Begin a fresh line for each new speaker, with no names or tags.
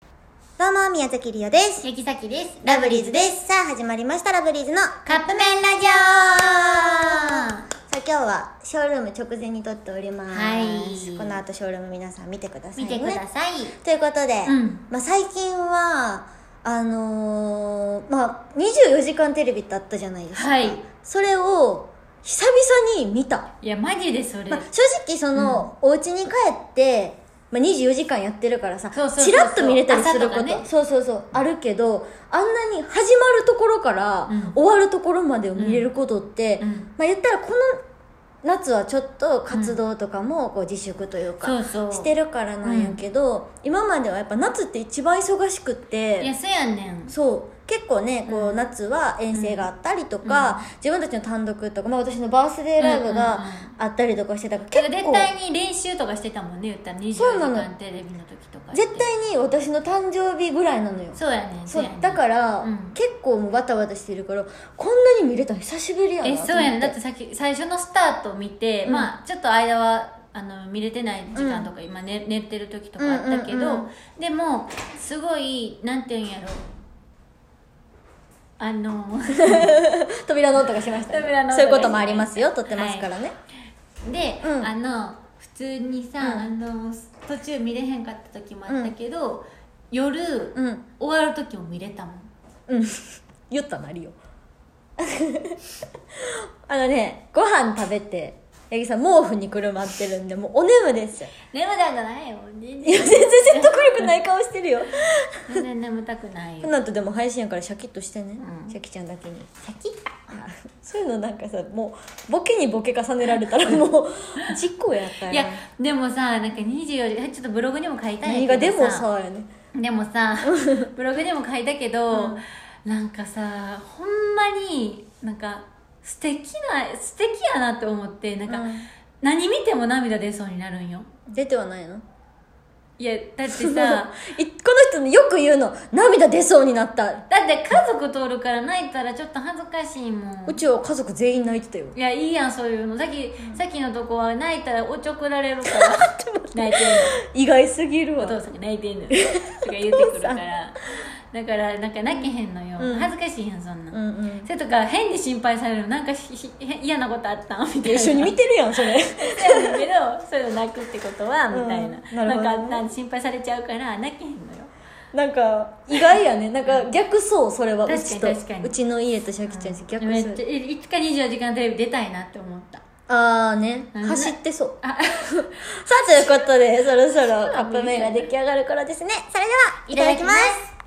どうも、宮崎りおです。
関崎です
ラブリーズです。さあ、始まりました、ラブリーズの。さ
カップ麺ラジ
あ、今日はショールーム直前に撮っております。
はい
この後、ショールーム皆さん見てくださ
オ
い
見
ね。
てください、
ということで、
うん
まあ、最近は、あのーまあ、24時間テレビってあったじゃないですか。
はい
それを、久々に見た。
いやマジでそれ、
まあ、正直その、お家に帰って、まあ、24時間やってるからさ
そうそうそうそ
チ
う
ラッと見れたりすること
朝とかね
そうそうそうあるけどあんなに始まるところから、
うん
終わるところまでを見れることって、
うん
まあ、言ったらこの夏はちょっと活動とかもこう自粛というか、
そうそう
してるからなんやけど、今まではやっぱ夏って一番忙しくって
いやそやねん
そう結構ねこう、
うん
夏は遠征があったりとか、自分たちの単独とか、まあ、私のバースデーライブ
うんう
が
んうん
あったりとかしてたから、
だから
結
絶
構
対に練習とかしてたもんね言ったら24時
そうなの
間テレビの時とかって
絶対に私の誕生日ぐらいなのよ
そうやねん
そう
やねん
だから、
うん
結構もうバタバタしてるからこんなに見れたの久しぶりやな
え
と思
そうやねんだってさっき最初のスタートを見て、
うん
まあちょっと間はあの見れてない時間とか、今寝寝てる時とかあったけど、
うんうんうん
でもすごいなんていうんやろあの
扉の音がしましたね、
扉の音が
そういうこともありますよ撮ってますからね、
で、
うん
あの普通にさ、
うん
あの途中見れへんかった時もあったけど、夜、
うん
終わる時も見れたもん
うん言ったなりよ あのねご飯食べて八木さん毛布にくるまってるんでもうお眠ですよ
眠たくないよ全
いや全
然
然説得力ない顔してるよ
全然眠たくない
こ
よ
の後でも配信やからシャキッとしてね、
うん
シャキちゃんだけに
先
そういうのなんかさもうボケにボケ重ねられたらもう事故やったら
いやでもさなんか24時ちょっとブログにも書いたん
何
や
が
け
で
ど
も
さ
さやね
でもさブログでも書いたけど、
うん
なんかさほんまになんか素敵な素敵やなって思ってなんか、
うん
何見ても涙出そうになるんよ
出てはないの
いや だってさ
いこの人よく言うの涙出そうになった
だって家族通るから泣いたらちょっと恥ずかしいもん
うちは家族全員泣いてたよ
いやいいやんそういうのさっき、さっきのとこは泣いたらおちょくられるから 泣いてん
意外すぎる
の
わ
お父さんが泣いてんのとか言ってくるからだからなんか泣けへんのよ、
うん
恥ずかしいやんそんなん、
うんうん
それとか変に心配されるなんかひひへ嫌なことあったんみ たいな
一緒に見てるやんそ れ
そうやねんけどそういうの泣くってことはみたいな、
うんなるほどね
んかあったん心配されちゃうから泣けへんのよ
なんか意外やねなんか逆そうそれは
確
う
かに
ちと
確かに
うちの家とシャキちゃんち逆
め
そ
っ
う
ちゃいいつか24時間テレビ出たいなって思った
ああね
うん
走ってそう
あ
さあということでそろそろカップ麺が出来上がる頃ですねそれではいただきます